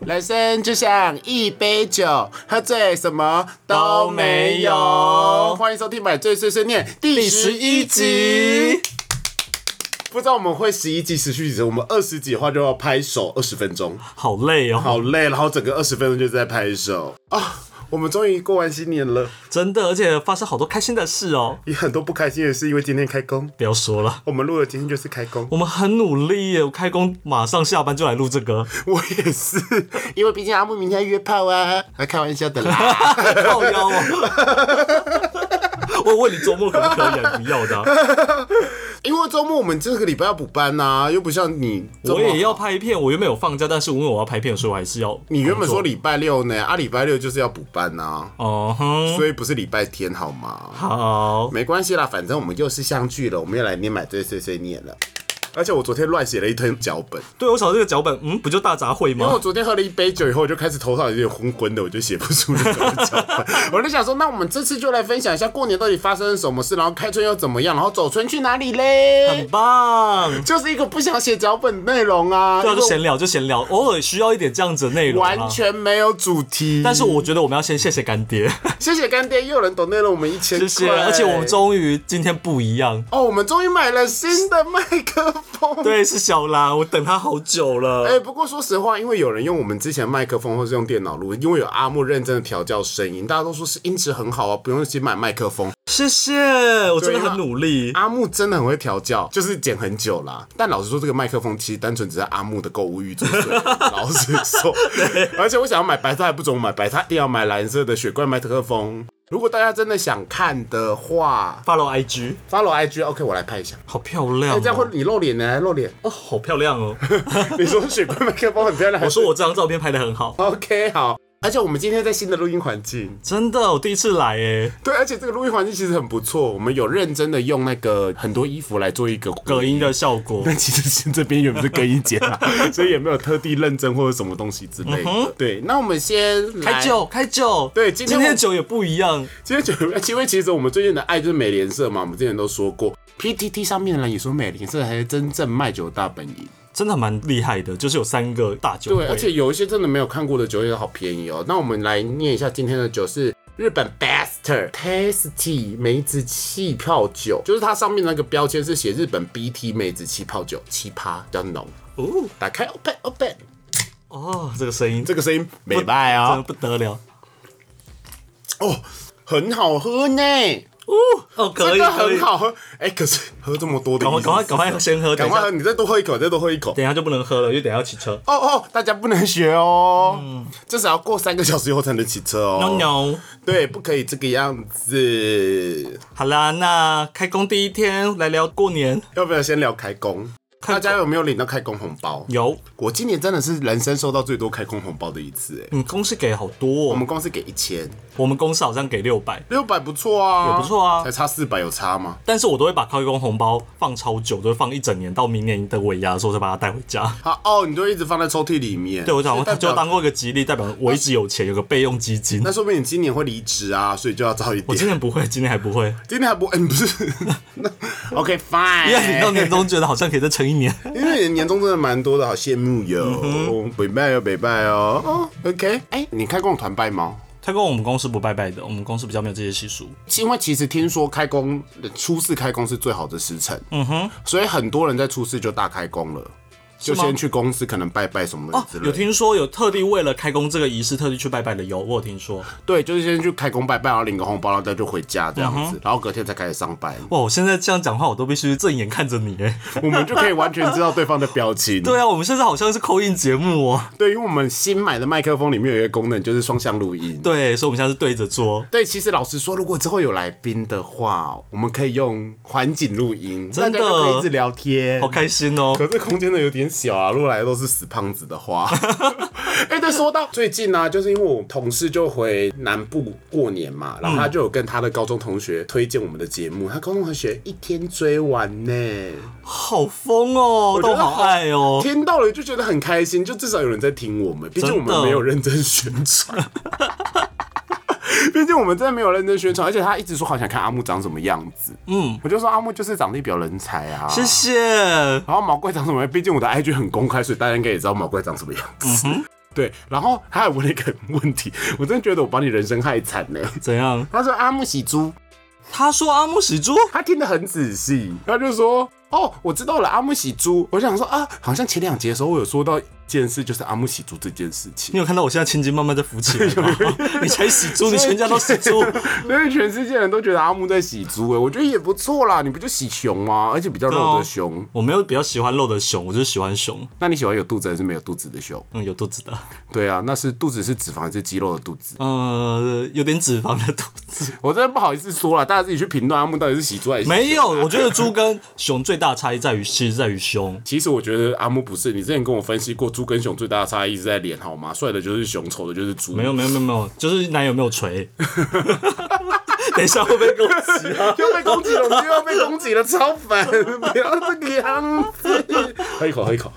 人生就像一杯酒，喝醉什么都没有。欢迎收听《买醉碎碎念》第十一集。不知道我们会十一集持续几集，我们二十集的话就要拍手二十分钟，好累哦，好累，然后整个二十分钟就在拍手啊、我们终于过完新年了，真的，而且发生好多开心的事哦。也很多不开心的事，因为今天开工，不要说了，我们录的今天就是开工。我们很努力耶，我开工马上下班就来录 这个，我也是，因为毕竟阿木明天要约炮啊，啊开玩笑的啦。靠腰哦。 我问你周末可不可以、啊？不要的啊、 因为周末我们这个礼拜要补班呐、又不像你，我也。要拍片。我原本有放假，但是因为我要拍片，所以我还是要。你原本说礼拜六呢，啊，礼拜六就是要补班呐、哦哼，所以不是礼拜天好吗？好，没关系啦，反正我们又是相聚了，我们又来念买醉碎碎念了。而且我昨天乱写了一堆脚本，对我想这个脚本，嗯，不就大杂烩因为 吗我？昨天喝了一杯酒以后，我就开始头脑有点昏昏的，我就写不出那个脚 本。我就想说，那我们这次就来分享一下过年到底发生了什么事，然后开春又怎么样，然后走春去哪里很嘞？棒，就是一个不想写脚本内容啊，对啊，就就是闲聊就闲聊，偶尔需要一点这样子的内容、啊。完全没有主题。但是我觉得我们要先谢谢干爹，谢谢干爹，又有人懂内了我们一千谢块，谢。而且我们终于今天不一样，哦，我们终于买了新的麦克风。 对，是小兰，我等他好久了。哎、不过说实话，因为有人用我们之前的麦克风，或是用电脑录，因为有阿木认真的调教声音，大家都说是音质很好啊，不用去买麦克风。谢谢，我真的很努力。阿木真的很会调教，就是剪很久啦。但老实说，这个麦克风其实单纯只是阿木的购物欲作 祟。老实说，而且我想要买白色还不准我买白色，一定要买蓝色的雪怪麦克风。如果大家真的想看的话 follow IG， ，follow IG OK，我来拍一下。好漂亮、哎这样会哦，你露脸呢？露 脸？哦，好漂亮哦。你说雪怪麦克风很漂亮，还我是说我这张照片拍的很好， OK 好？而且我们今天在新的录音环境，真的，我第一次来诶，对，而且这个录音环境其实很不错，我们有认真的用那个很多衣服来做一个隔音的效果。 但其实现这边原本是更衣间 啦，所以也没有特地认真或者什么东西之类的。对，那我们先来开。酒，开酒。对今天今我天的酒也不一样。今天九月，因为 其实我们最近的爱就是美联社嘛，我们之前都说过，PTT 上面的人也说美联社才是真正卖酒大本营。真的蛮厉害的，就是有三个大酒对，会，而且有一些真的没有看过的酒也好便宜哦。那我们来念一下今天的酒是。日本 Bester Tasty 梅子气泡酒，就是它上面那个标签是写日本 BT 梅子气泡酒，奇葩比较浓。哦打开 open open，哦，这个声音这个声音美败真啊的！不得了哦，很好喝呢，哦哦，可真以的可以很，好喝。哎、可是喝这么多的赶快意思是什么，赶快赶快先喝赶等一下快喝，你再多喝一口，再多喝一口。等一下就不能喝了，因为等一下要骑车。哦哦，大家不能学哦，嗯至少要过三个小时以后才能骑车哦。 No no，对，不可以这个样子。好啦，那开工第一天来聊过年，要不要先聊开工？开大工家有没有领到开工红包？有，我今年真的是人生收到最多开工红包的一次、哎，你公司给好多、我哦，们公司给一千我们公司好像给六百，六百，不错啊，也不错啊才差四百，有差吗？但是我都会把开工红包放超久，都会放一整年，到明年的尾牙的时候再把它带回家。 好哦，你就一直放在抽屉里面。对，我想所以代就表当过一个吉利，代表我一直有钱，有个备用基金 那。说明你今年会离职啊，所以就要早一我今点。年不会，今年还 不会，今年还不，嗯、不是那，OK 因为你到 fine，年终觉得好像可以再撑一年。因为你的年终真的蛮多的，好羡慕嗯哟。北拜哦，北拜哦，哦，OK，哎、你开工团拜吗？开工我们公司不拜拜的，我们公司比较没有这些习俗。因为其实听说开工初四开工是最好的时辰，嗯哼，所以很多人在初四就大开工了，就吗哦先去公司可能拜拜什么的之类有的。听说有特地为了开工这个仪式特地去拜拜的有，我有听说。对，就是先去开工拜拜，然后领个红包，然后再就回家这样嗯子，然后隔天才开始上班，哇，我现在这样讲话，我都必须正眼看着你哎。我们就可以完全知道对方的表情。 对啊，我们现在好像是扣印节目哦。对，因为我们新买的麦克风里面有一个功能，就是双向录音。对，所以我们现在是对着做。对，其实老实说，如果之后有来宾的话，我们可以用环境录音，真的大家就可以一直聊天好。开心哦！ 可是空间呢有点小啊，如果来的都是死胖子的话， 哎、对，说到最近呢、啊，就是因为我同事就回南部过年嗯嘛，然后他就有跟他的高中同学推荐我们的节目，他高中同学一天追完呢，好疯哦，觉都得好爱哦。听到了就觉得很开心，就至少有人在听我们，毕竟我真们的没有认真宣传。 毕竟我们真的没有认真宣传，而且他一直说好想看阿木长什么样子。嗯，我就说阿木就是长得一表人才啊。谢谢。嗯然后毛怪长什么样？毕竟我的 IG 很公开，所以大家应该也知道毛怪长什么样子。对，然后他还问了一个问题，我真的觉得我把你人生害惨了。怎样？他说阿木喜猪，他说阿木喜猪，他听得很仔细，他就说：“哦，我知道了，阿木喜猪。”我想说啊，好像前两节的时候我有说到一件事，就是阿木喜猪这件事情 你。有看到我现在青筋慢慢在浮起来吗？ 你才喜猪，你全家都喜猪， 所以全世界人都觉得阿木在洗猪，哎，我觉得也不错啦。你不就洗熊吗？而且比较肉的熊。我没有比较喜欢肉的熊，我就是喜欢熊，那你喜欢有肚子还是没有肚子的熊？嗯，有肚子的，对啊，那是肚子是脂肪还是肌肉的肚子？呃，有点脂肪的肚子。我真的不好意思说了，大家自己去评论阿木到底是洗猪还是洗 没有，我觉得猪跟熊最大差异在于，其实在于胸。其实我觉得阿木不是，你之前跟我分析过，猪跟熊最大的差异是在脸，好吗？帅的就是熊，丑的就是猪。没有，没有，没有，没有，就是男友没 有锤。 等一下会被攻击啊！又被攻击了，我们又要被攻击了，超烦！ 不要这个样子。喝一口，喝一口。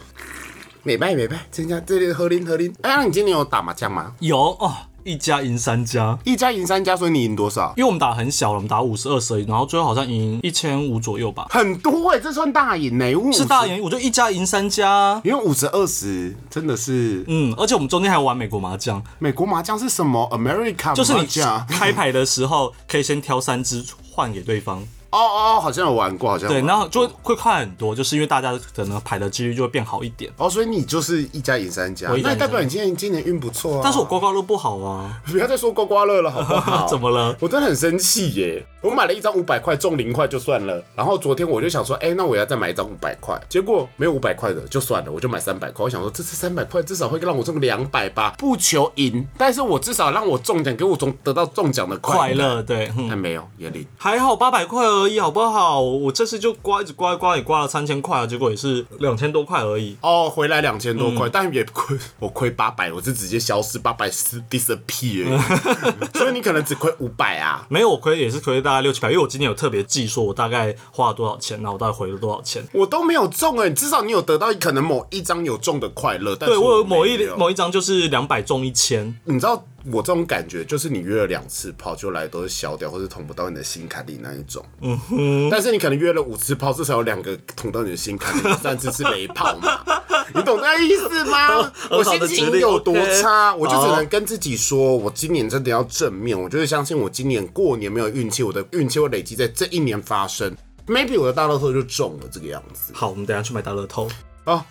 美拜美拜，增加这里喝零喝零。哎，那你今年有打麻将吗？有哦，一家赢三家，一家赢三家，所以你赢多少？因为我们打很小了，我们打五十二十，然后最后好像赢一千五左右吧，很多哎、这算大赢呢、因为是大，赢，我就一家赢三家。因为五十二十真的是。嗯，而且我们中间还有玩美国麻将，美国麻将是什么？America 就是麻你将。开牌的时候可以先挑三支换给对方，哦哦，好像有玩过，好像有对，玩然后就会快很多，就是因为大家可能牌的几率就会变好一点。哦，所以你就是一家赢三家我，一家那赢代表你今年今年运不错啊。但是我刮刮乐不好啊，不要再说刮刮乐了，好不好？ 怎么了？我真的很生气耶！我买了一张五百块，中零块就算了。然后昨天我就想说，哎、那我要再买一张五百块，结果没有五百块的就算了，我就买三百块。我想说，这次三百块至少会让我中两百吧，不求赢，但是我至少让我中奖，给我中得到中奖的快快乐。乐对，嗯但没有也零，还好八百块而已，好不好？我这次就刮，一直刮，刮也刮了三千块啊，结果也是两千多块而已。哦，回来两千多嗯块，但也亏，我亏八百，我是直接消失，八百是 disappear，所以 你可能只亏五百啊。没有，我亏也是亏大概六七百，因为我今天有特别记，说我大概花了多少钱，然后我大概回了多少钱。我都没有中哎、至少你有得到可能某一张有中的快乐，但对是我有没某一有某一张就是两百中一千，你知道我这种感觉，就是你约了两次炮，就来都是消掉，或是捅不到你的心坎里那一种。嗯哼。但是你可能约了五次炮，至少有两个捅到你的心坎里，三次是没炮 嘛？你懂那意思吗？我很好心的指情令有多 OK 差，我就只好能跟自己说，我今年真的要正面。我就是相信我今年过年没有运气，我的运气会累积在这一年发生。maybe 我的大乐透就中了这个样子好，我们等一下去买大 乐透。哦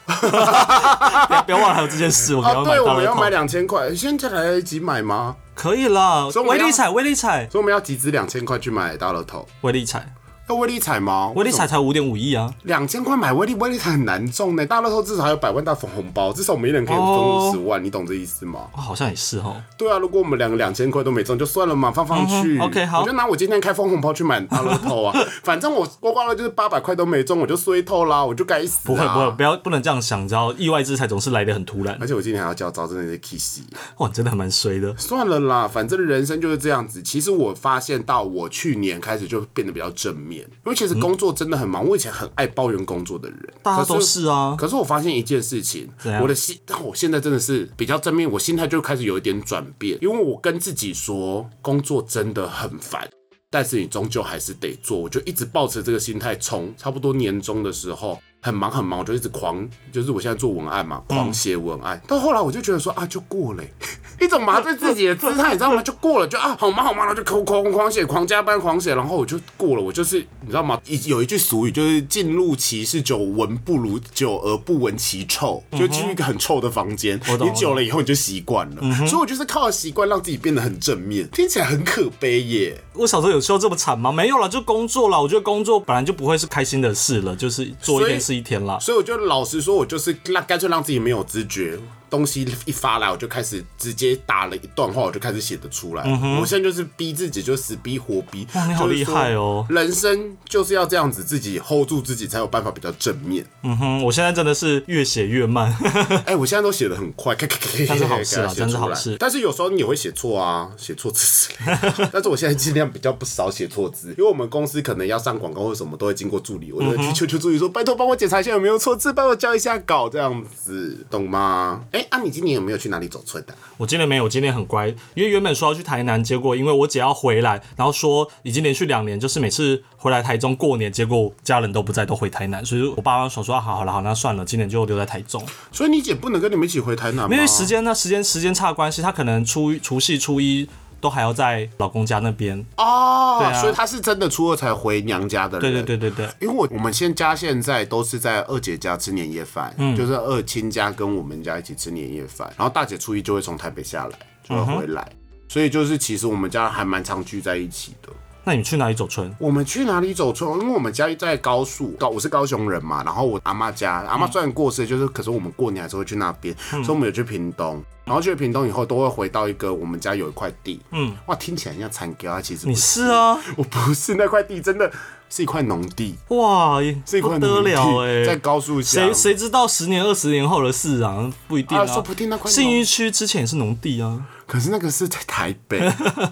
不要不要忘了还有这件事，我们哦，要买对，我大们乐要买透。两千块，现在来得及买吗？可以啦，以我们威要力彩，威力彩，所以我们要集资两千块去买大乐透。威力彩，要威力彩吗？威力彩才五点五亿啊！两千块买威力，威力彩很难中呢。大乐透至少还有百万大粉红包，至少我们一人可以分五哦十万，你懂这意思吗？哦，好像也是哦。对啊，如果我们两个两千块都没中，就算了嘛，放放去。嗯哼，OK，好我就拿我今天开封红包去买大乐透 啊，反正我刮刮乐就是八百块都没中，我就衰透啦，我就该死、啊。哎不会不会，。不要不能这样想，你知道意外之财总是来的很突然而。且我今天还要教招，真的是 kiss。哇，你真的还蛮衰的。算了啦，反正人生就是这样子。其实我发现到我去年开始就变得比较正面，因为其实工作真的很忙。我以前很爱抱怨工作的人，大家都可是啊可是我发现一件事情怎，样我的心，但我现在真的是比较正面，我心态就开始有一点转变，因为我跟自己说，工作真的很烦。但是你终究还是得做，我就一直抱持这个心态冲，差不多年终的时候很忙很忙，我就一直狂，就是我现在做文案嘛，狂写文案。到后来我就觉得说啊，就过了欸、 一种麻醉自己的姿态，你知道吗？就过了，就啊好忙好忙，然后就狂狂狂写，狂加班狂写，然后我就过了。我就是你知道吗？一有一句俗语就是“进入其是久闻不如久而不闻其臭”，就进入一个很臭的房间，懂你久了以后你就习惯了。所以我就是靠习惯让自己变得很正面，听起来很可悲耶。我小时候有需要这么惨吗？没有啦，就工作啦。我觉得工作本来就不会是开心的事了，就是做一天是一天啦。所以我就老实说，我就是让干脆让自己没有知觉，东西一发来，我就开始直接打了一段话，我就开始写得出来。我现在就是逼自己，就死逼活逼。嗯哇你好就是说厉害哦人生就是要这样子，自己 hold 住自己，才有办法比较正面。嗯哼，我现在真的是越写越慢， 哎、我现在都写的很快，咔咔咔咔咔咔咔但是好事啊给它写但是出来好事但是有时候你也会写错啊，写错字之类的。但是我现在尽量比较不少写错字，因为我们公司可能要上广告或什么都会经过助理，我就会去求求助理说，拜托帮我检查一下有没有错字，帮我教一下稿这样子，懂吗？哎、哎、啊，你今年有没有去哪里走村的、我今年没有，我今年很乖，因为原本说要去台南，结果因为我姐要回来，然后说已经连续两年，就是每次回来台中过年，结果家人都不在，都回台南，所以我爸妈想说，啊、好好了，好那算了，今年就留在台中，所以你姐不能跟你们一起回台南吗？因为时间呢，时间时间差的关系，她可能初一除夕初一都还要在老公家那边，哦，对啊所以她是真的初二才回娘家的人。对对对对对。因为我我们现家现在都是在二姐家吃年夜饭，嗯就是二亲家跟我们家一起吃年夜饭，然后大姐初一就会从台北下来，就会回来，所以就是其实我们家还蛮常聚在一起的。那你去哪里走村？我们去哪里走村？因为我们家在高速，高我是高雄人嘛，然后我阿妈家，阿妈虽然过世，就是可是我们过年还是会去那边，嗯所以我们有去屏东，然后去了屏东以后都会回到一个我们家有一块地，嗯，哇，听起来很像残羹啊，其实不 你是啊， 我不是那块地，真的是一块农地，哇，是一不块得农地了哎、在高速下，谁谁知道十年二十年后的事啊？不一定啊，啊说不定那块农信义区之前也是农地啊。可是那个是在台 北。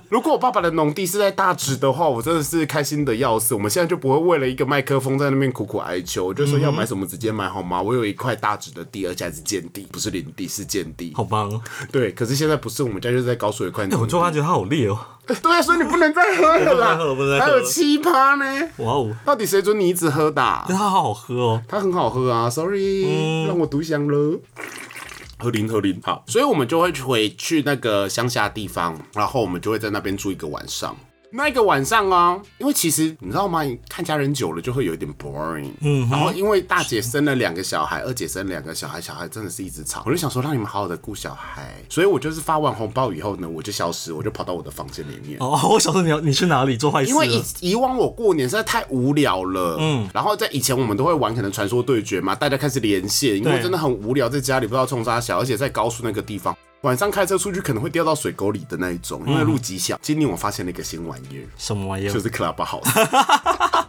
如果我爸爸的农地是在大直的话，我真的是开心的要死。我们现在就不会为了一个麦克风在那边苦苦哀求，我就嗯说要买什么直接买好吗？我有一块大直的地，而且还是建地，不是林地，是建地。好棒！啊对，可是现在不是，我们家就是在高速有一块 哎，我农地。突然觉得他好烈哦。对啊，所以你不能再喝了啦， 我不能再喝了不能再还喝了有七趴呢。哇哦，到底谁准你一直喝的啊、但它好好喝哦。它很好喝啊，sorry，、让我独享了。喝零喝零，好，所以我们就会回去那个乡下地方，然后我们就会在那边住一个晚上。那一个晚上哦，因为其实你知道吗？看家人久了就会有一点 boring。嗯，然后因为大姐生了两个小孩，二姐生两个小孩，小孩真的是一直吵。我就想说，让你们好好的顾小孩，所以我就是发完红包以后呢，我就消失，我就跑到我的房间里面。哦， 我想说你要你去哪里做坏事啊因为以了？以往我过年实在太无聊了，嗯，然后在以前我们都会玩可能传说对决嘛，大家开始连线，因为对真的很无聊，在家里不知道冲啥小，而且在高速那个地方。晚上开车出去可能会掉到水沟里的那一种，因嗯为路极小。今年我发现了一个新玩意儿，什么玩意儿就是 Clubhouse，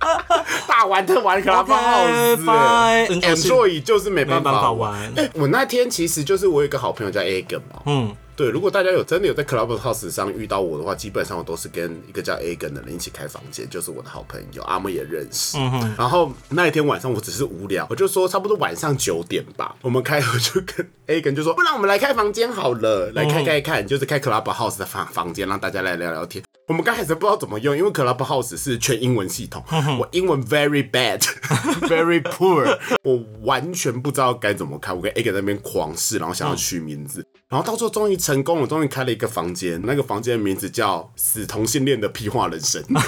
大玩特玩 OK，拜 Clubhouse，Android、Android 就是没办没办法法玩玩。哎、我那天其实就是我有一个好朋友叫 A 梗嘛，嗯，对，如果大家有真的有在 Clubhouse 上遇到我的话，基本上我都是跟一个叫 A 根的人一起开房间，就是我的好朋友阿木也认识。嗯然后那一天晚上我只是无聊，我就说差不多晚上九点吧，我们开我就跟 A 根就说，不然我们来开房间好了，来嗯开开看，就是开 Clubhouse 的房房间，让大家来聊聊天。我们刚开始不知道怎么用，因为 Clubhouse 是全英文系统，我英文 very bad，very poor，我 完全不知道该怎么开。我跟 A 哥在那边狂试，然后想要取名字，然后到最后终于成功了，终于开了一个房间，那个房间的名字叫“死同性恋的屁话人生”，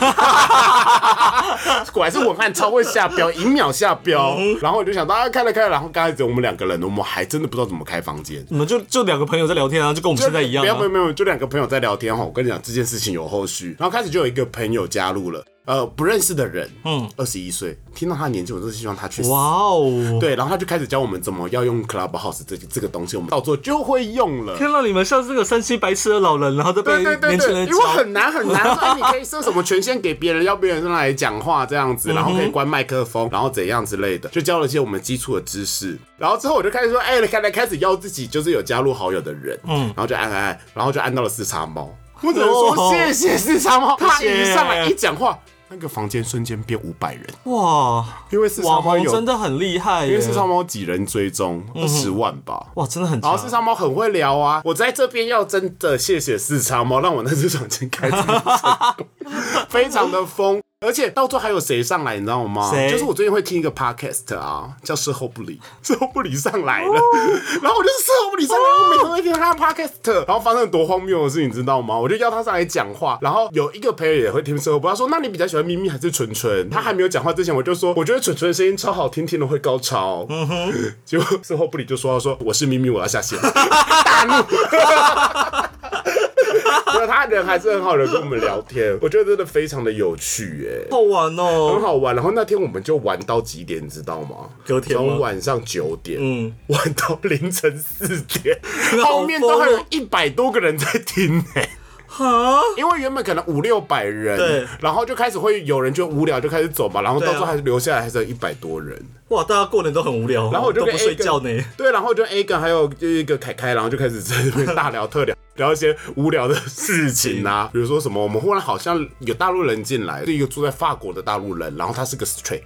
果然是文案超会下标，一秒下标。然后我就想到啊，开了开了，然后刚开始我们两个人，我们还真的不知道怎么开房间。你们就就两个朋友在聊天啊，就跟我们现在一样没有没啊。有没有，就两个朋友在聊天哈。我跟你讲，这件事情有后续，然后开始就有一个朋友加入了，呃，不认识的人，嗯，二十一岁，听到他的年纪，我都是希望他去死。哇哦！对，然后他就开始教我们怎么要用 Clubhouse 这这个东西，我们到最后就会用了。天哪，你们像是个三七白痴的老人，然后再被对对对年轻对，人因为教。很难很难， 所以你可以设什么权限给别人，要别人上来讲话这样子，然后可以关麦克风，然后怎样之类的，就教了一些我们基础的知识。然后之后我就开始说，哎、开来开始邀自己就是有加入好友的人，嗯，然后就按按按，然后就按到了四叉猫。我只能说哦谢谢四叉猫，他谢一谢上来一讲话，那个房间瞬间变五百人，哇，因为四叉网猫红有，真的很厉害因耶为！四叉猫几人追踪二十万吧，哇，真的很然强后。四叉猫很会聊啊，我在这边要真的谢谢四叉猫，让我那只手机开成 功非常的疯。而且到最后还有谁上来，你知道吗？谁就是我最近会听一个 podcast 啊，叫事后不理， 事后不理上来了，然后我就事后不理上来，我每天都会听他的 podcast，然后发生了多荒谬的事，你知道吗？我就邀他上来讲话，然后有一个朋友也会听事后不理，他说那你比较喜欢咪咪还是纯纯？他还没有讲话之前，我就说我觉得纯纯的声音超好听，听了会高潮。结果事后不理就说说我是咪咪，我要下线， 大怒。没有，他人还是很好的跟我们聊天，我觉得真的非常的有趣耶、好玩很哦！好玩。然后那天我们就玩到几点，你知道吗？隔天吗从晚上九点，嗯嗯，玩到凌晨四点，个 好后面都还疯有哦一百多个人在 听哎、哈，因为原本可能五六百人，对然后就开始会有人就无聊就开始走嘛，然后到对啊最后还是留下来还是有一百多人，哇，大家过年都很无聊，然后我就都跟不 A 睡哥觉呢。对，然后就 A 哥还有就一个凯凯，然后就开始在那边大聊 特聊，聊一些无聊的事情啊，比如说什么，我们忽然好像有大陆人进来，是一个住在法国的大陆人，然后他是个 straight，、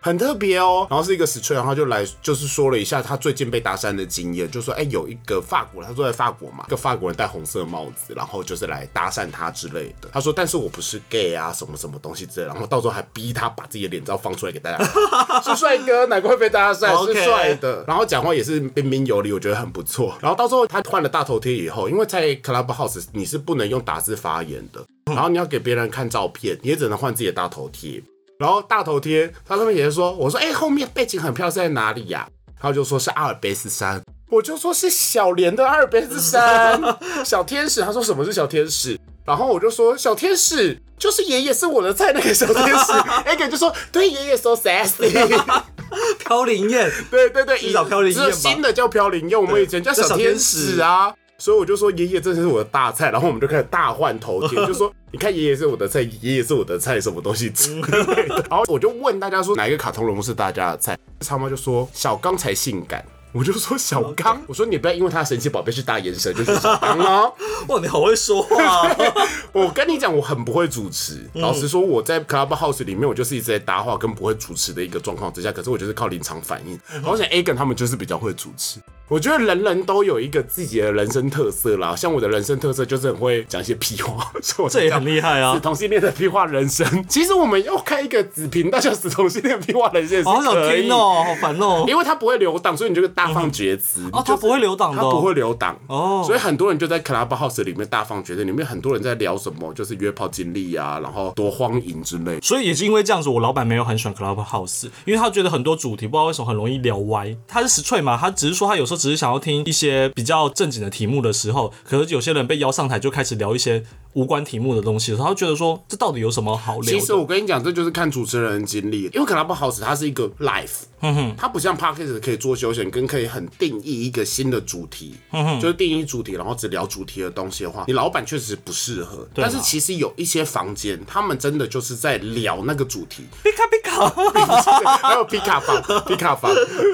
很特别哦。然后是一个实锤，然后就来就是说了一下他最近被搭讪的经验，就说哎、有一个法国人，他住在法国嘛，一个法国人戴红色帽子，然后就是来搭讪他之类的。他说但是我不是 gay 啊，什么什么东西之类的，然后到时候还逼他把自己的脸照放出来给大家看，是帅哥，难怪被搭讪，是 OK 帅的。然后讲话也是彬彬有礼，我觉得很不错。然后到时候他换了大头贴以后，因为在 Clubhouse 你是不能用打字发言的，然后你要给别人看照片，你也只能换自己的大头贴。然后大头贴，他上面也是说，我说哎、后面背景很漂亮是在哪里呀、他就说是阿尔卑斯山，我就说是小莲的阿尔卑斯山小天使。他说什么是小天使？然后我就说小天使就是爷爷是我的菜那个小天使。哎，个就说对爷爷 so sassy。 飘零燕，对对对，至少飘零只有燕吧新的叫飘零燕，我们以前叫小天使啊。所以我就说爷爷真的是我的大菜，然后我们就开始大换头贴，就说你看爷爷是我的菜，爷爷是我的菜，什么东西之类嗯 的。然后我就问大家说哪一个卡通人物是大家的菜，长毛就说小刚才性感。我就说小刚，我说你不要因为他神奇宝贝是大眼神就是小刚哦。哇，你好会说话、 哦。我跟你讲，我很不会主持。嗯老实说，我在 Clubhouse 里面，我就是一直在搭话跟不会主持的一个状况之下。可是我就是靠临场反应。嗯然后我想 Agan 他们就是比较会主持。我觉得人人都有一个自己的人生特色啦，像我的人生特色就是很会讲一些屁话， 所以我这也很厉害啊死同性恋的屁话人生。其实我们要开一个子频道叫“死同性恋屁话人生”，好想听哦，好烦哦。因为它不会留档，所以你就大放厥词。哦你就是它不会留档的它哦不会留档哦所以很多人就在 Clubhouse 里面大放厥词，里面很多人在聊什么，就是约炮经历啊，然后多荒淫之类。所以也是因为这样子，我老板没有很喜欢 Clubhouse，因为他觉得很多主题不知道为什么很容易聊歪。他是实锤嘛，他只是说他有时候只是想要听一些比较正经的题目的时候，可是有些人被邀上台就开始聊一些无关题目的东西的时候，他就觉得说这到底有什么好聊其实的？我跟你讲，这就是看主持人的经历，因为 Clubhouse 它是一个 live，它嗯不像 Podcast 可以做休闲，跟可以很定义一个新的主题，嗯就是定义主题，然后只聊主题的东西的话，你老板确实不适合。啦但是其实有一些房间，他们真的就是在聊那个主题，皮卡皮卡，还有皮卡房，皮卡房，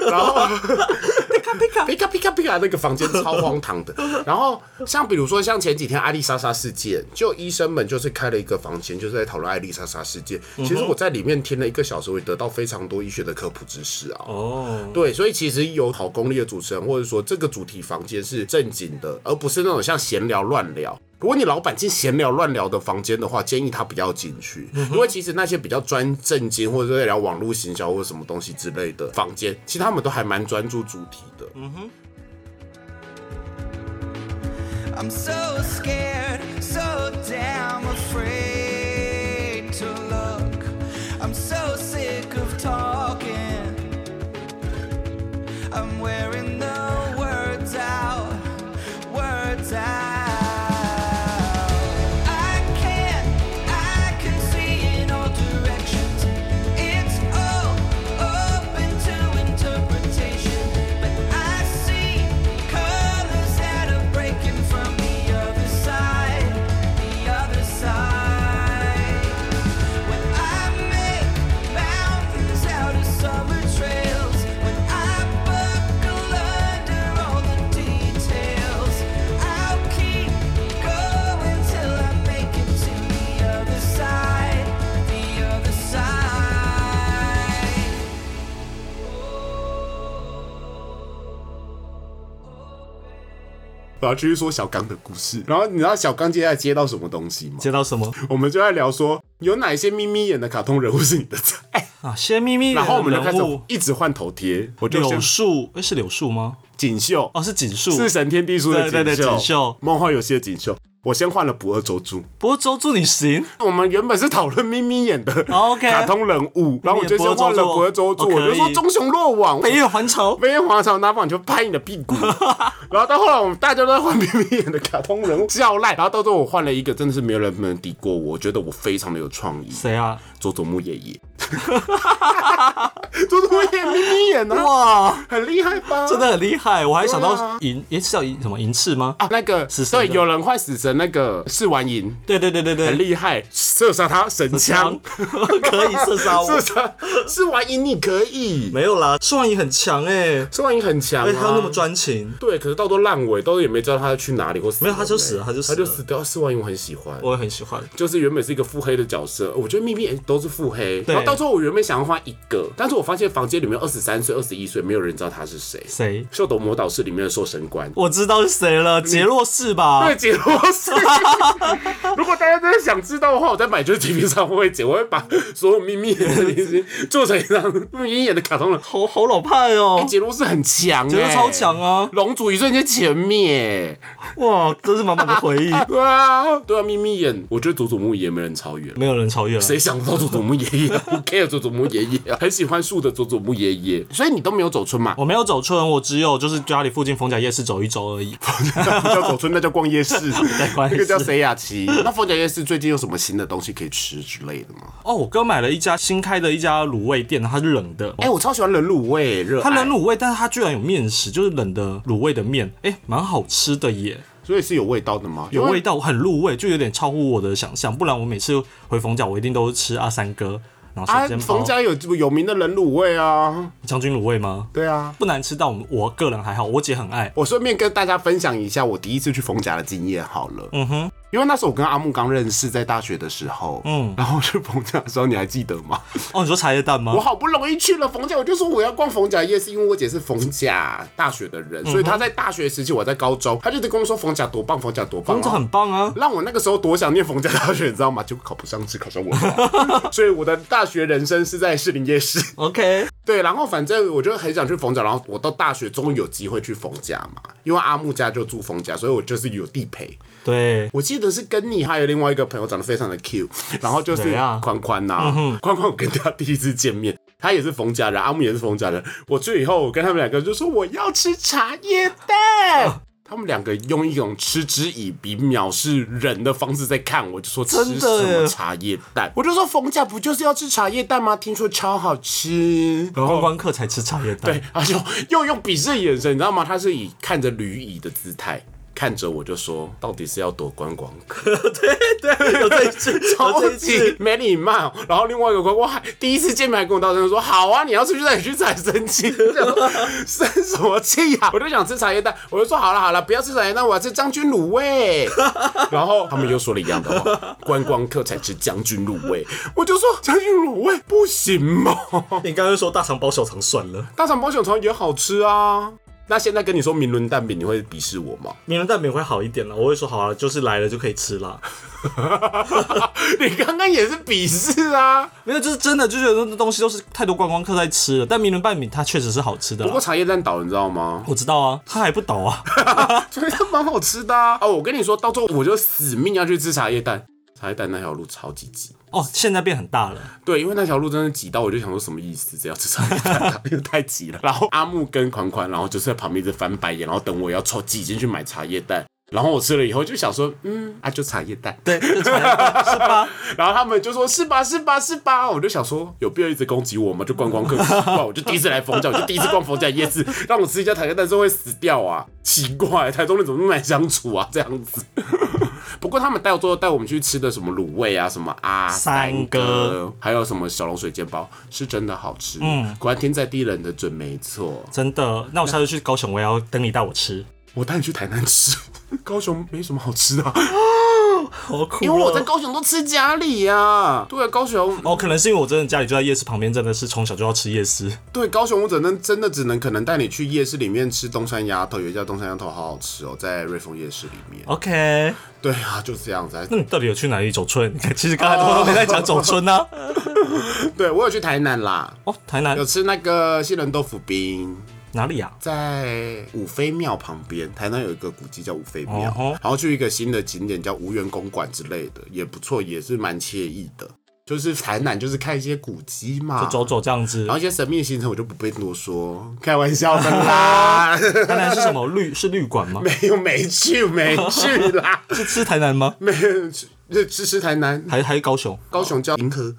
然后皮卡皮卡皮卡皮卡皮卡那个房间超荒唐的。然后像比如说像前几天艾丽莎莎事件，就医生们就是开了一个房间，就是在讨论艾丽莎莎事件。其实我在里面听了一个小时，我也得到非常多医学的科普知识啊。哦，对，所以其实有好功力的主持人，或者说这个主题房间是正经的，而不是那种像闲聊乱聊。如果你老板进闲聊乱聊的房间的话，建议他不要进去，因为其实那些比较专正经或者是在聊网络行销或者什么东西之类的房间，其实他们都还蛮专注主题的。 I'm so scared, so damn afraid to look. I'm so sick of talking. I'm wearing the words out, words out. I can, I can see in all directions. It's all open to interpretation. But I see colors that are breaking from the other side, the other side. When I make mountains out of summer trails, when I buckle under all the details, I'll keep going till I make it to the other side, the other side. 然后继续说小刚的故事，然后你知道小刚接下来接到什么东西吗？ 接到什么我们就在聊说有哪一些咪咪演的卡通人物是你的菜，啊？些秘密的 然后我们就开人始物，一直换头贴，我就柳先树，诶，是柳树吗？锦绣哦，是锦树。是神天地书的对对对锦锦绣绣，梦幻游戏的锦绣。我先换了不二周助，不过周助你行，我们原本是讨论咪咪演的哦 OK 卡通人物，然后我就先换了不二周助，哦可我以就说棕熊落网，北岳还朝。飞燕皇朝拿棒球拍你的屁 股，然后到后来我们大家都在换咪咪演的卡通人 物笑赖，然后到最后我换了一个真的是没有人能敌过我，我觉得我非常的有创意， 谁啊？佐佐木爷爷。佐佐木耶，眯眯眼啊，哇，很厉害吧？ 真的很厉害！我还想对到啊银，也是叫银什么银翅吗？啊，那个死神对，的有人换死神那个试完银，对对对对对，很厉害，射杀他神枪， 可以射杀我射。 杀试完银你可以，没有啦，释万影很强哎、试完银很强、啊，而且他那么专情，对，可是到都烂尾，到时候也没知道他去哪里或死了没有他就死了他就死他就了死掉。四万银我很喜欢，我也很喜欢。就是原本是一个腹黑的角色，我觉得秘密都是腹黑。对然后到最后我原本想要换一个，但是我发现房间里面二十三岁、二十一岁，没有人知道他是谁。谁？秀斗魔导士里面的兽神官。我知道是谁了，杰洛士吧对，？解惑是。 如果大家真的想知道的话，我在买就是TV 上会解，我会把所有秘密的东西做成一张眯眯眼的卡通人。好好老派哦、解惑是很强、欸，杰洛超强啊！龙族一瞬间全灭、哇，真是满满的回 忆，对啊，对啊，眯眯眼，我觉得祖祖母也没人超越了。没有人超越了。谁想到祖祖母爷 爷？Who care 祖祖母爷爷啊？很喜欢树的祖祖母爷爷，所以你都没有走村 嘛？我没有走村，我只有就是家里附近逢甲夜市走一走而已。 不叫走村，那叫逛夜 市。那逛夜市个叫谁雅琪？那凤甲夜市最近有什么新的东西可以吃之类的吗？哦，我哥买了一家新开的一家卤味店，它是冷的。哎、我超喜欢冷卤味，热爱它冷，卤味，但是它居然有面食，就是冷的卤味的面，哎、蛮好吃的耶。所以是有味道的吗？有味道。道，很入味，就有点超乎我的想象。不然我每次回逢甲，我一定都是吃阿三哥，然后啊生，煎包冯、家有有名的冷卤味啊，将军卤味吗？对啊。不难吃到我我个人还好，我姐很爱。我顺便跟大家分享一下我第一次去冯甲的经验好了。嗯哼，因为那时候我跟阿木刚认识，在大学的时候，嗯，然后去冯甲的时候，你还记得吗？哦，你说茶叶蛋吗我？好不容易去了冯甲，我就说我要逛冯甲夜市，因为我姐是冯甲大学的人，所以她在大学时期，我在高中，她就一直跟我说冯甲多棒，冯甲多棒，工作很棒啊！让我那个时候多想念冯家大学，你知道吗？结果考不上，只考上文化，所以我的大学人生是在士林夜市。 OK，对，然后反正我就很想去冯家，然后我到大学终于有机会去冯家嘛，因为阿木家就住冯家，所以我就是有地陪。对，我记得是跟你还有另外一个朋友长得非常的 Q，然 后就是谁啊宽宽呐、 宽宽我跟他第一次见面，他也是冯家人，阿木也是冯家人。我去以后，我跟他们两个就说我要吃茶叶哦蛋。他们两个用一种嗤之以鼻、藐视人的方式在看我，就说吃真的什么耶茶叶蛋？我就说冯家不就是要吃茶叶蛋吗？听说超好吃。然观后光客才吃茶叶蛋对。，他就又用鄙视的眼神，你知道吗？他是以看着吕乙的姿态看着我，就说到底是要躲观光客。对对， 有这一次，超有这一级次。没礼貌。然后另外一个乖乖还第一次见面还跟我道歉说：“好啊，你要出去再去才生气，我想说 生什么气啊？”我就想吃茶叶蛋，我就说：“好了好了，不要吃茶叶蛋，我要吃将军卤味。”然后他们又说了一样的话：“观光客才吃将军卤味。”我就说：“将军卤味不行吗？你刚刚说大肠包小肠算了，大肠包小肠也好吃啊。”那现在跟你说明伦蛋饼，你会鄙视我吗？ 名人蛋饼会好一点了。我会说好了，啊就是来了就可以吃啦。你刚刚也是鄙视啊。没有，就是真的，就是有的东西都是太多观光客在吃了。但名人蛋饼它确实是好吃的不过啦。茶叶蛋倒，你知道吗？我知道啊，它还不倒 啊。所以它蛮好吃的啊！哦，我跟你说，到最后我就死命要去吃茶叶蛋，茶叶蛋那条路超级挤。哦，现在变很大了。对，因为那条路真的挤到，我就想说什么意思？这要吃茶叶蛋，又太挤 了。然后阿木跟款款，然后就是在旁边一直翻白眼，然后等我要抽挤进去买茶叶蛋。然后我吃了以后就想说，嗯，啊，就茶叶蛋。对，就茶 叶蛋是吧？然后他们就说是吧，是吧，是吧。我就想说，有必要一直攻击我吗？就观 光客，不然我就第一次来逢甲，我就第一次逛逢甲夜市， 让我吃一家茶叶蛋是会死掉啊！奇怪，台中人怎么那么难相处啊？这样子。不过他们带我做带我们去吃的什么卤味啊，什么啊三哥，还有什么小龙水煎包，是真的好吃。嗯，果然天在地人的准没错。真的，那我下次去高雄，我也要等你带我吃。我带你去台南吃， 高雄没什么好吃的啊、好酷、因为我在高雄都吃家里呀、啊。对啊，高雄哦，可能是因为我真的家里就在夜市旁边，真的是从小就要吃夜市。对，高雄我只能真的只能可能带你去夜市里面吃东山鸭头，有一家东山鸭头好好吃哦，在瑞丰夜市里哦面。 OK，对啊，就是这样子啊。那你到底有去哪里走村？ 其实刚才都没在讲走 村呢、啊。对我有去台南啦，哦，台南有吃那个西人豆腐冰，哪里啊？在五妃庙旁边，台南有一个古迹叫五妃庙哦吼然后去一个新的景点叫无缘公馆之类的，也不错，也是蛮惬意的。就是台南，就是看一些古迹嘛，就走走这样子啊然后。一些神秘的行程我就不便多说，开玩笑的 啦， 台南是什么绿？是绿馆吗？没有没去没去啦。是吃台南吗？没有，是支持台南，还还是 高雄？高雄叫银河，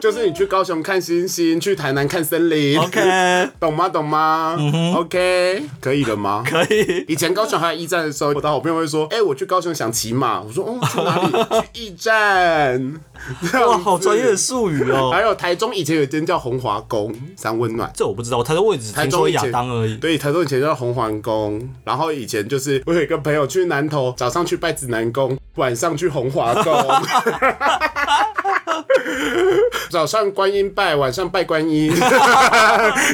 就是你去高雄看星星，去台南看森林 OK 懂吗？懂吗、o k 可以了吗？可以。以前高雄还有驿站的时候，我的好朋友会说：“哎、我去高雄想骑马。”我说：“哦，去哪里？去驿站。”这样哇，子哦好专业的术语还哦！有台中以前有一间叫红华宫，三温暖。这我不知道，他的位置台听中说以亚前当而已。对，台中以前叫红环宫，然后以前就是我有一个朋友去南投，早上去拜指南宫，晚上去红华宫， 早上观音拜，晚上拜观音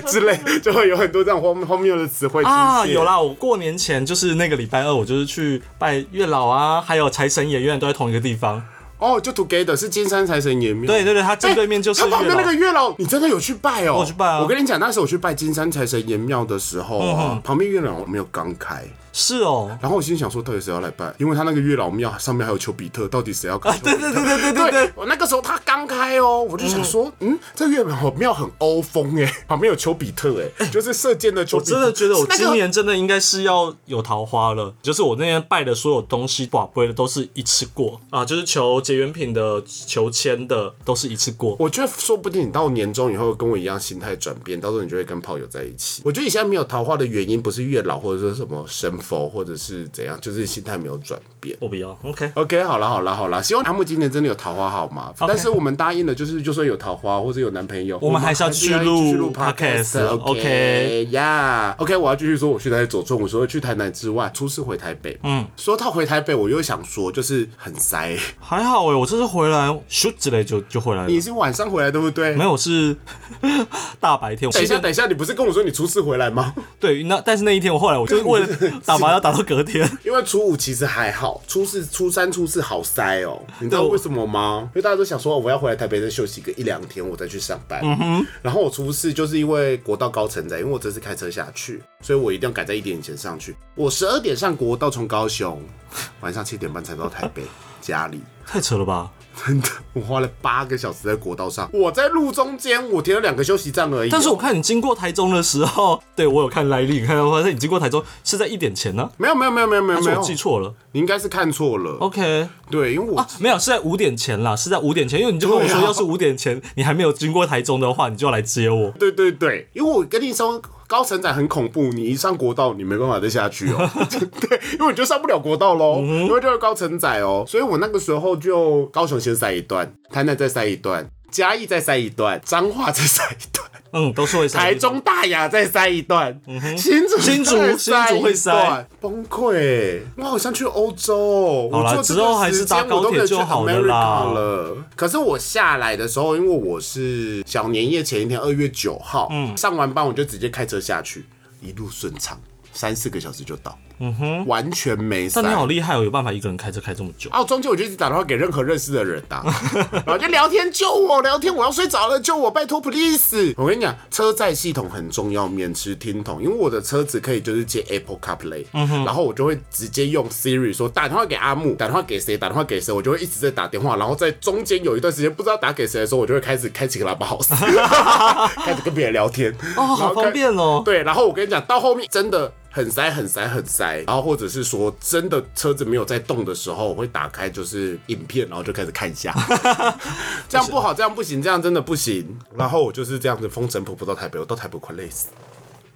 之类，就会有很多这样荒荒谬的词汇出现。啊，有，啦！我过年前就是那个礼拜二，我就是去拜月老啊，还有财神爷，永远都在同一个地方。哦，就 together 是金山财神爷庙。哎对对对，他正对面就是他月旁边那个老。月老，你真的有去拜哦？我有去拜啊嗯我跟你讲，那时候我去拜金山财神爷庙的时候啊，旁边月老没有刚开，是哦，然后我心想说，到底谁要来拜？因为他那个月老庙上面还有丘比特，到底谁要看、丘比对特对对对对啊对对对，我那个时候他刚开哦，我就想说，嗯，这月老庙很欧风哎，旁边有丘比特哎，就是射箭的丘嗯我比特。真的觉得我那个今年真的应该是要有桃花了。就是我那天拜的所有东西，宝贝的都是一次过啊，就是求结缘品的、求签的都是一次过。我觉得说不定你到年终以后跟我一样心态转变，到时候你就会跟炮友在一起。我觉得你现在没有桃花的原因，不是月老或者说什么神佛或者是怎样，就是心态没有转变。我不要，OK。 OK，好啦好啦好啦，希望阿木今年真的有桃花好吗 OK 但是我们答应了，就是就算有桃花或者有男朋友，我们还是要继续录继续录 podcast， OK 呀、OK，我要继续说，我去台左转，我除了去台南之外，初次回台北。嗯，说到回台北，我又想说，就是很塞。还好欸诶、我这次回来咻之类就就回来了你。是晚上回来对不对？没有，我是 大白天。我等一是下等一下，你不是跟我说你初次回来吗？对，那但是那一天我后来 我就是为了打麻将打到隔天， 因为初五其实还好，初四、初三、初四好塞哦、你知道为什么吗？因为大家都想说，哦我要回来台北再休息个一两天，我再去上班。嗯然后我初四就是因为国道高承载，因为我这次开车下去，所以我一定要赶在一点以前上去。我十二点上国道从高雄，晚上七点半才到台北 家里。太扯了吧？真的，我花了八个小时在国道上，我在路中间，我停了两个休息站而已哦、但是我看你经过台中的时候， 对我有看来历，看到发现你经过台中是在一点前呢、没有没有没有没有没有但是没我有，记错哦了。你应该是看错了。 OK，对，因为我、啊，没有是在五点前啦，是在五点前，因为你就跟我说，对啊要是五点前你还没有经过台中的话，你就要来接我。对对对，因为我跟你说，高层仔很恐怖，你一上国道，你没办法再下去哦。对，因为你就上不了国道喽，因为就是高层仔哦。所以我那个时候就高雄先塞一段，台南再塞一段，嘉义再塞一段，彰化再塞一段。嗯，都是会塞的台中大雅再塞一段，新竹嗯新竹再塞一段新竹会塞崩溃欸。我好像去欧洲哦，好啦我坐这个之后还是搭时间我都高铁没有去就好了啦 America 了。可是我下来的时候，因为我是小年夜前一天，二月九号，嗯上完班我就直接开车下去，一路顺畅，三四个小时就到，嗯哼，完全没塞但你。好厉害哦，有办法一个人开车开这么久。哦，中间我就一直打电话给任何认识的人打、然后就聊天救我，聊天我要睡着了，救我，拜托 please。我跟你讲，车载系统很重要，免吃听筒，因为我的车子可以就是接 Apple CarPlay，、然后我就会直接用 Siri 说打电话给阿木，打电话给谁，打电话给谁，我就会一直在打电话，然后在中间有一段时间不知道打给谁的时候，我就会开始开启 Clubhouse，开始跟别人聊天。哦，好方便哦。对，然后我跟你讲，到后面真的很塞，很塞，很塞。然后或者是说，真的车子没有在动的时候，我会打开就是影片，然后就开始看一下。这样不好，这样不行，这样真的不行。然后我就是这样子风尘仆仆到台北，我到台北快累死，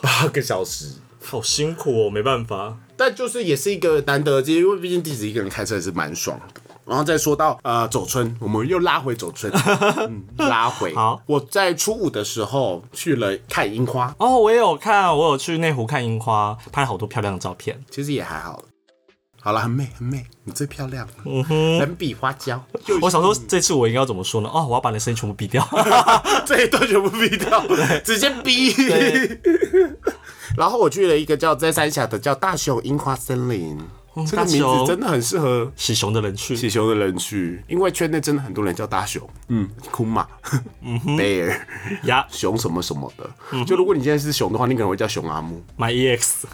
八个小时。好辛苦哦，没办法。但就是也是一个难得的机会，因为毕竟弟子一个人开车也是蛮爽的。然后再说到呃走春，我们又拉回走春，嗯、拉回。好，我在初五的时候去了看樱花，哦，我也有看，我有去内湖看樱花，拍了好多漂亮的照片。其实也还好。好了，很美很美，你最漂亮了，人比花娇。又嗯我想说，这次我应该要怎么说呢？哦，我要把你的声音全部逼掉。 这一段全部逼掉，直接逼。 然后我去了一个叫在三峡的叫大熊樱花森林，这个嗯大名熊字真的很适合喜熊的人去，喜熊的人去，因为圈内真的很多人叫大熊，嗯，库马，嗯，bear，呀熊什么什么嗯的。E 就如果你现在是熊的话，你可能会叫熊阿木。 ，My EX，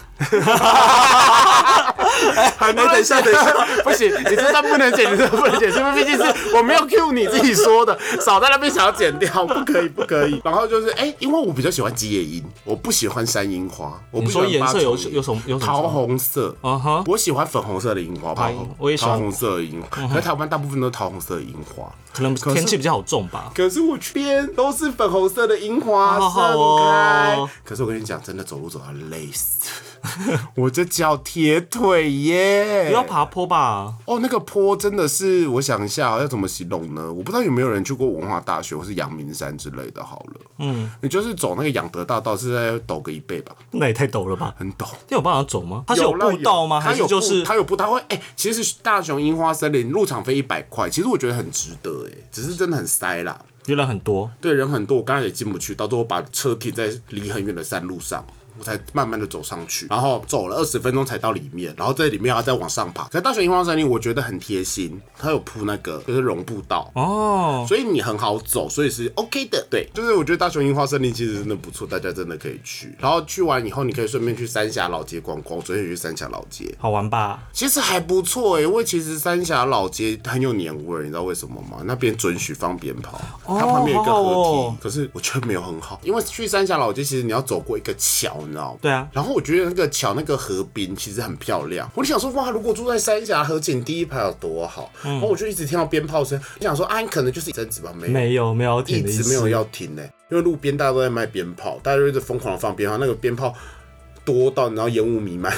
还没等一下，等一 下，不行，你这段不能剪，你这段不能剪，因为毕竟是我没有 cue 你自己说的，少在那边想要剪 掉，不可以，不可以。然后就是，哎、因为我比较喜欢吉野樱，我不喜欢山樱花，我不喜欢你说颜色八重有樱有什么有什么桃红色，嗯哼我喜欢粉红色的樱花，桃桃红红，我也喜欢嗯桃红色的樱花，可是台湾大部分都是桃红色的樱花。可能是天气比较好重吧。可是我去边都是粉红色的樱花好盛好开，哦可是我跟你讲，真的走路走到累 死，我这脚铁腿耶！不要爬坡吧，哦，那个坡真的是，我想一下要怎么形容呢？我不知道有没有人去过文化大学或是阳明山之类的。好了，嗯，你就是走那个养德大道，是在抖个一倍吧，那也太陡了吧？很陡。这有办法走吗？它是啦步道吗？它还是有就步是它有步道会？哎、其实大熊樱花森林入场费一百块，其实我觉得很值得哎、只是真的很塞啦。有人很多？对，人很多，我刚才也进不去，到最后把车停在离很远的山路上。我才慢慢的走上去，然后走了二十分钟才到里面，然后在里面还要再往上爬。可是大学樱花森林我觉得很贴心，它有铺那个就是绒步道，哦，所以你很好走，所以是 OK 的。对，就是我觉得大熊樱花森林其实真的不错，大家真的可以去。然后去完以后，你可以顺便去三峡老街逛逛。我昨天也去三峡老街，好玩吧？其实还不错诶、欸因为其实三峡老街很有年味儿，你知道为什么吗？那边准许放鞭炮，它旁边有一个好好河堤，哦可是我觉得没有很好，因为去三峡老街其实你要走过一个桥，你知道吗？对啊然后我觉得那个桥那个河滨其实很漂亮，我就想说哇，如果住在三峡河景第一排有多好，嗯然后我就一直听到鞭炮声，我想说啊，你可能就是一阵子吧，没有。没有没有要一停的意直没有思。要停呢、欸因为路边大家都在卖鞭炮，大家就一直疯狂的放鞭炮，那个鞭炮多到然后烟雾弥漫，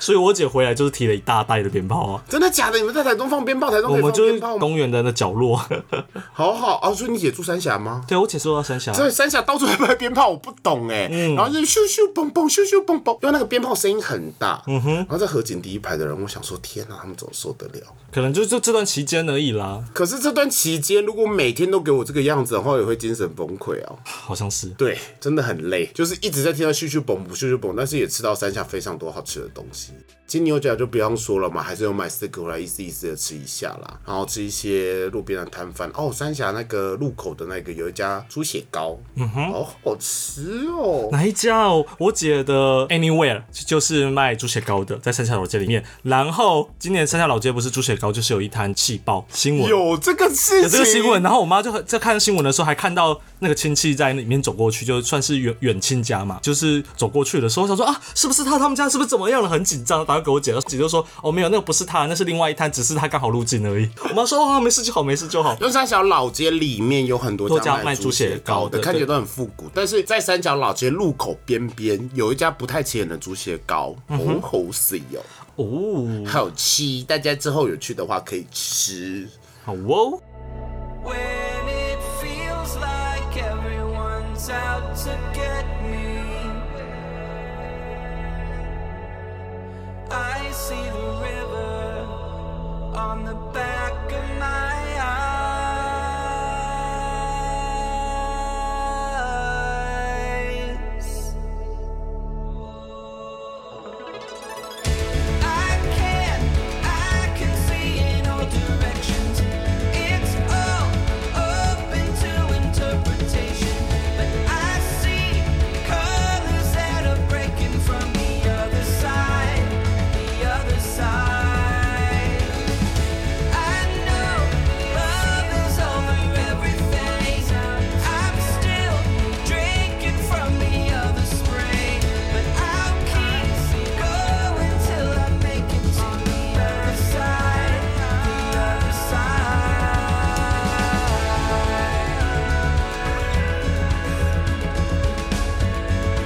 所以我姐回来就是提了一大袋的鞭炮啊。真的假的？你们在台中放鞭炮，台中我可以们放就是鞭炮吗？公园的那角落。 好好啊，所以你姐住三峡吗？对，我姐说到三峡，所以三峡到处在卖鞭炮，我不懂哎、嗯然后就是咻咻嘣嘣，咻咻嘣嘣，因为那个鞭炮声音很大，嗯哼，然后在河景第一排的人，我想说天哪、他们怎么受得了？可能就就这段期间而已啦，可是这段期间，如果每天都给我这个样子的话，也会精神崩溃啊。好像是。对，真的很累，就是一直在听到咻咻嘣咻咻嘣，但是也吃到山下非常多好吃的东西。金牛角就不用说了嘛，还是有买四个回来一丝一丝的吃一下啦，然后吃一些路边的摊贩。哦，三峡那个路口的那个有一家猪血糕，嗯哼，好好吃哦。哪一家哦？我姐的 Anywhere 就是卖猪血糕的，在三峡老街里面。然后今年三峡老街不是猪血糕，就是有一摊气爆新闻，有这个事情，有这个新闻。然后我妈就很在看新闻的时候，还看到那个亲戚在里面走过去，就算是远远亲家嘛，就是走过去的时候，我想说啊，是不是他他们家是不是怎么样了？很紧张，打电话给我姐，姐就说哦没有，那个不是他，那是另外一摊，只是他刚好入境 而已。我妈说哦没事就好，没事就好。就三峡老街里面有很多多家家卖卖猪猪血血糕糕的的，看起对来都很复古。但是在三峡老街路口边边有一家不太起眼的猪血糕，嗯好好吃哟、哦，好吃，大家之后有去的话可以吃。好哦。。When it feels like everyone's out to get me, I see the river on the back of my eyes. I can, I can see in all directions. It's all open to interpretation. But I see colors that are breaking from the other side, the other side. I know love is over everything. I'm still drinking from the other spring, but I'll keep going till I make it to the other side, the other side.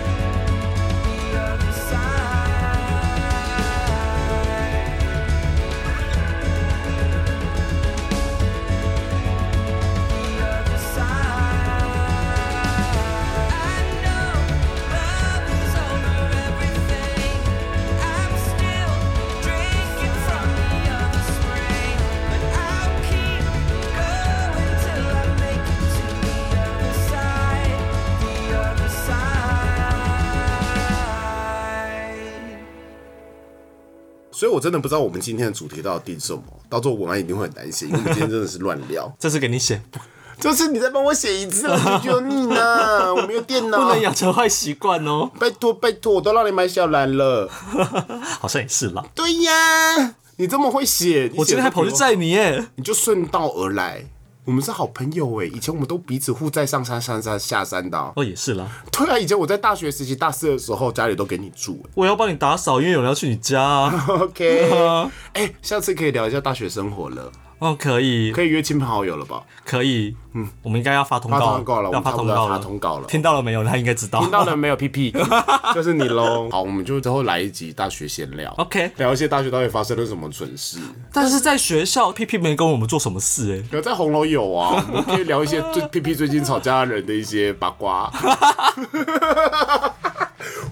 The other side. Side. 所以我真的不知道我们今天的主题到底定什么，到时候文案一定会很担心，因为我们今天真的是乱聊这是给你写， 就是你再帮我写一次，我求求你呢，我没有电不脑啊 能。养成坏习惯哦。拜托拜托，我都让你买小蓝了。好像也是啦，对呀，你这么会写，我今天还跑去在，载你耶，你就顺道而来。我们是好朋友哎、以前我们都彼此互在上山上山下山的哦、哦也是啦，对啊，以前我在大学时期大四的时候，家里都给你住、欸我要帮你打扫，因为有人要去你 家啊。 OK，啊哎、下次可以聊一下大学生活了，哦，可以，可以约亲朋好友了吧？可以，嗯，我们应该要发通发告通告了要我们发差通不多要告发了，通告了听到了没有？他应该知道。听到了没有？屁屁， 就是你喽。好，我们就之后来一集大学闲聊 OK 聊一些大学到底发生了什么蠢事。但是在学校，P P 没跟我们做什么事哎、有在红楼有啊，我们可以聊一些最屁屁最近吵架的人的一些八卦。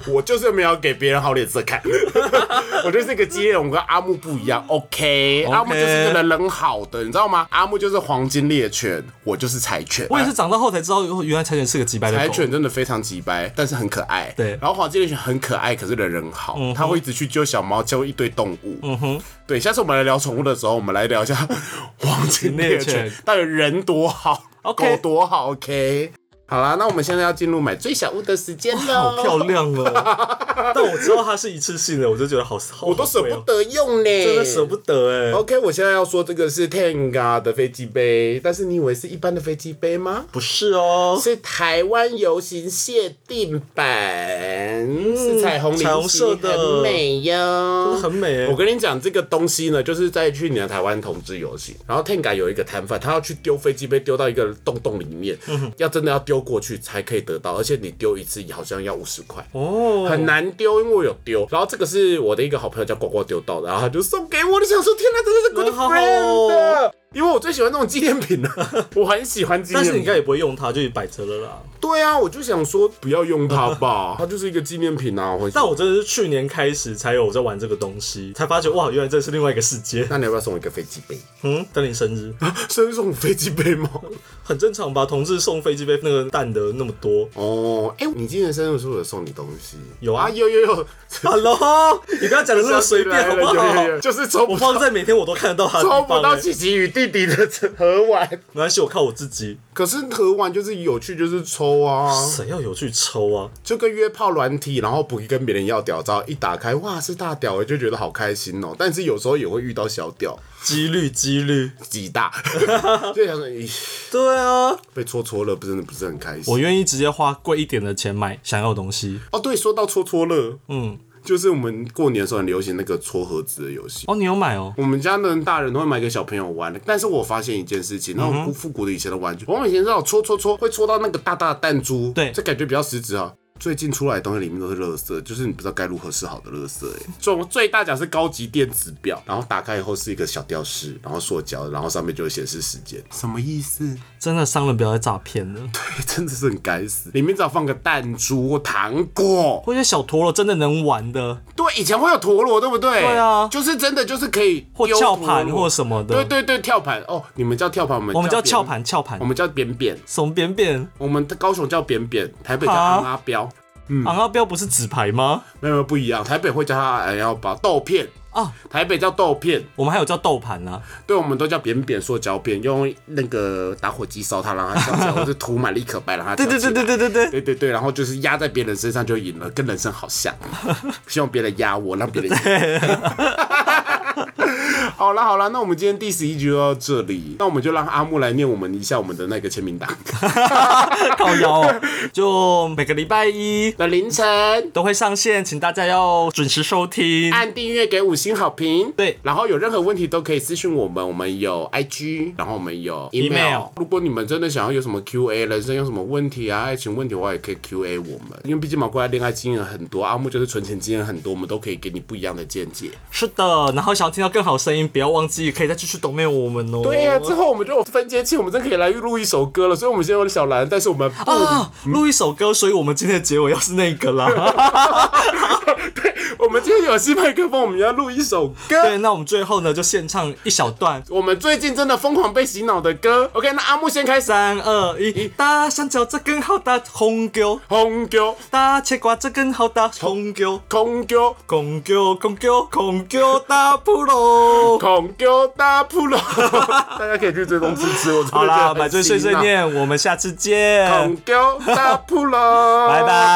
我就是没有给别人好脸色看， 我就是一个基业，我跟阿木不一样。OK，, OK 阿木就是个人人好的，你知道吗？阿木就是黄金猎犬，我就是柴犬。我也是长大后才知道，哦原来柴犬是个几百的柴狗。犬真的非常急掰，但是很可爱。对嗯然后黄金猎犬很可爱，可是人人好，它会一直去救小猫，救一堆动物。嗯哼，对，下次我们来聊宠物的时候，我们来聊 一下黄金猎黄金猎犬犬到底人多好 OK 狗多好，OK。好啦，那我们现在要进入买最小物的时间了。好漂！亮哦！ 但我知道它是一次性的，我就觉得好，好哦我都舍不，得哦用呢，真的舍不得哎、 OK，我现在要说这个是 Tenga 的飞机杯，但是你以为是一般的飞机杯吗？不是 哦，是台湾游行限定版，是彩虹嗯彩虹菱色形，的很美哟，很美欸我跟你讲，这个东西呢，就是在去年的台湾同志游行，然后 Tenga 有一个摊贩，他要去丢飞机杯，丢到一个洞洞里面，嗯要真的要丢过去才可以得到，而且你丢一次好像要五十块。哦，很难丢，因为我有丢。然后这个是我的一个好朋友叫呱呱丢到的，然后他就送给我，就想说天哪，真的是 good 哦很好哦 friend，因为我最喜欢这种纪念品了、我很喜欢纪念但品。是你应该也不会用它，就摆着了啦。对啊，我就想说不要用它 吧，它就是一个纪念品啊。我会但我真的是去年开始才有在玩这个东西，才发觉哇，原来这是另外一个世界。 那你要不要送我一个飞机杯？嗯，等你生日，生日送我飞机杯吗？很正常吧？同志送飞机杯那个蛋的那么 多 哦，哎、你今年生日是不是有送你东西？有啊有有有， ，Hello，你不要讲的那么随便好想起不来了 有有有好？就是抽我不放到在每天我都看得到它的抽地不方、到欸，琪琪与弟弟的盒碗，没关系，我靠我自己，可是盒碗就是有趣，就是抽啊，谁要有去抽啊？就跟约炮软体，然后不跟别人要屌照，一打开哇是大屌，就觉得好开心哦。但是有时候也会遇到小屌，几率几率，几大， 就想说咦对啊，被戳戳了，不真的不是很开心。我愿意直接花贵一点的钱买想要的东西。哦，对，说到戳戳乐，嗯，就是我们过年的时候很流行那个戳盒子的游戏。哦，你有买哦？我们家的大人都会买给小朋友玩，但是我发现一件事嗯情，那种复古的以前的玩具，我们以前知道戳戳戳会戳到那个大大的弹珠，对这感觉比较实质啊。最近出来的东西里面都是垃圾，就是你不知道该如何是好的垃圾、欸。中最大奖是高级电子表，然后打开以后是一个小吊饰，然后塑胶，然后上面就会显示时间，什么意思？真的商人不要再诈骗 了，真的是很该死。里面只要放个弹珠或糖果，或者小陀螺真的能玩的，对，以前会有陀螺，对不对？对啊就是真的就是可以或丢跳陀盘螺或什么的对对对，跳盘哦，你们叫跳盘，我们我们叫扁翘，盘翘盘我，们叫扁扁，什么扁扁，我们高雄叫扁扁，台 北叫啊昂阿标，昂阿标不是纸牌吗？没有没有不一样，台北会叫它哎要把豆片，啊，台北叫豆片，我们还有叫豆盘啊啦，对，我们都叫扁扁塑胶片，用那个打火机烧它，让它烧 起来，或者涂满立可白让它对对烧对起来对对对对， 对对对，然后就是压在别人身上就赢了，跟人生好像，希望别人压我，让别人赢。 好啦好啦，那我们今天第十一局就到这里，那我们就让阿木来念我们一下我们的那个签名 档。靠腰哦，就每个礼拜一那凌晨都会上线，请大家要准时收听。按订阅给五星好评，对然后有任何问题都可以私讯我们，我们有 IG，然后我们有 email。 Email 如果你们真的想要有什么 Q&A，人生有什么问题啊，爱情问题的话，也可以 Q&A 我们，因为毕竟毛怪恋爱经验很多，阿木就是存钱经验很多，我们都可以给你不一样的见解。是的，然后想要听到更好声音，不要忘记可以再继续 d o 我们哦。对呀、之后我们就有分阶器，我们真的可以来录一首歌了。所以我们现在有哦嗯小兰，但是我们不、 啊，录一首歌，所以我们今天的结尾要是那个啦。对， 我们今天有新麦克风，我们要录一首对，歌。那我们最后呢就献唱一小段。我们最近真的疯狂被洗脑的歌。OK，那阿木先开始。啊三二一，大香蕉这根好大红球，红球，大切瓜这根好大红球，空球，红球红球红球大扑喽。空球大扑 了，大家可以去追踪支持我。好啦，买买醉碎碎。念，我们下次见，空球大扑了， 拜拜。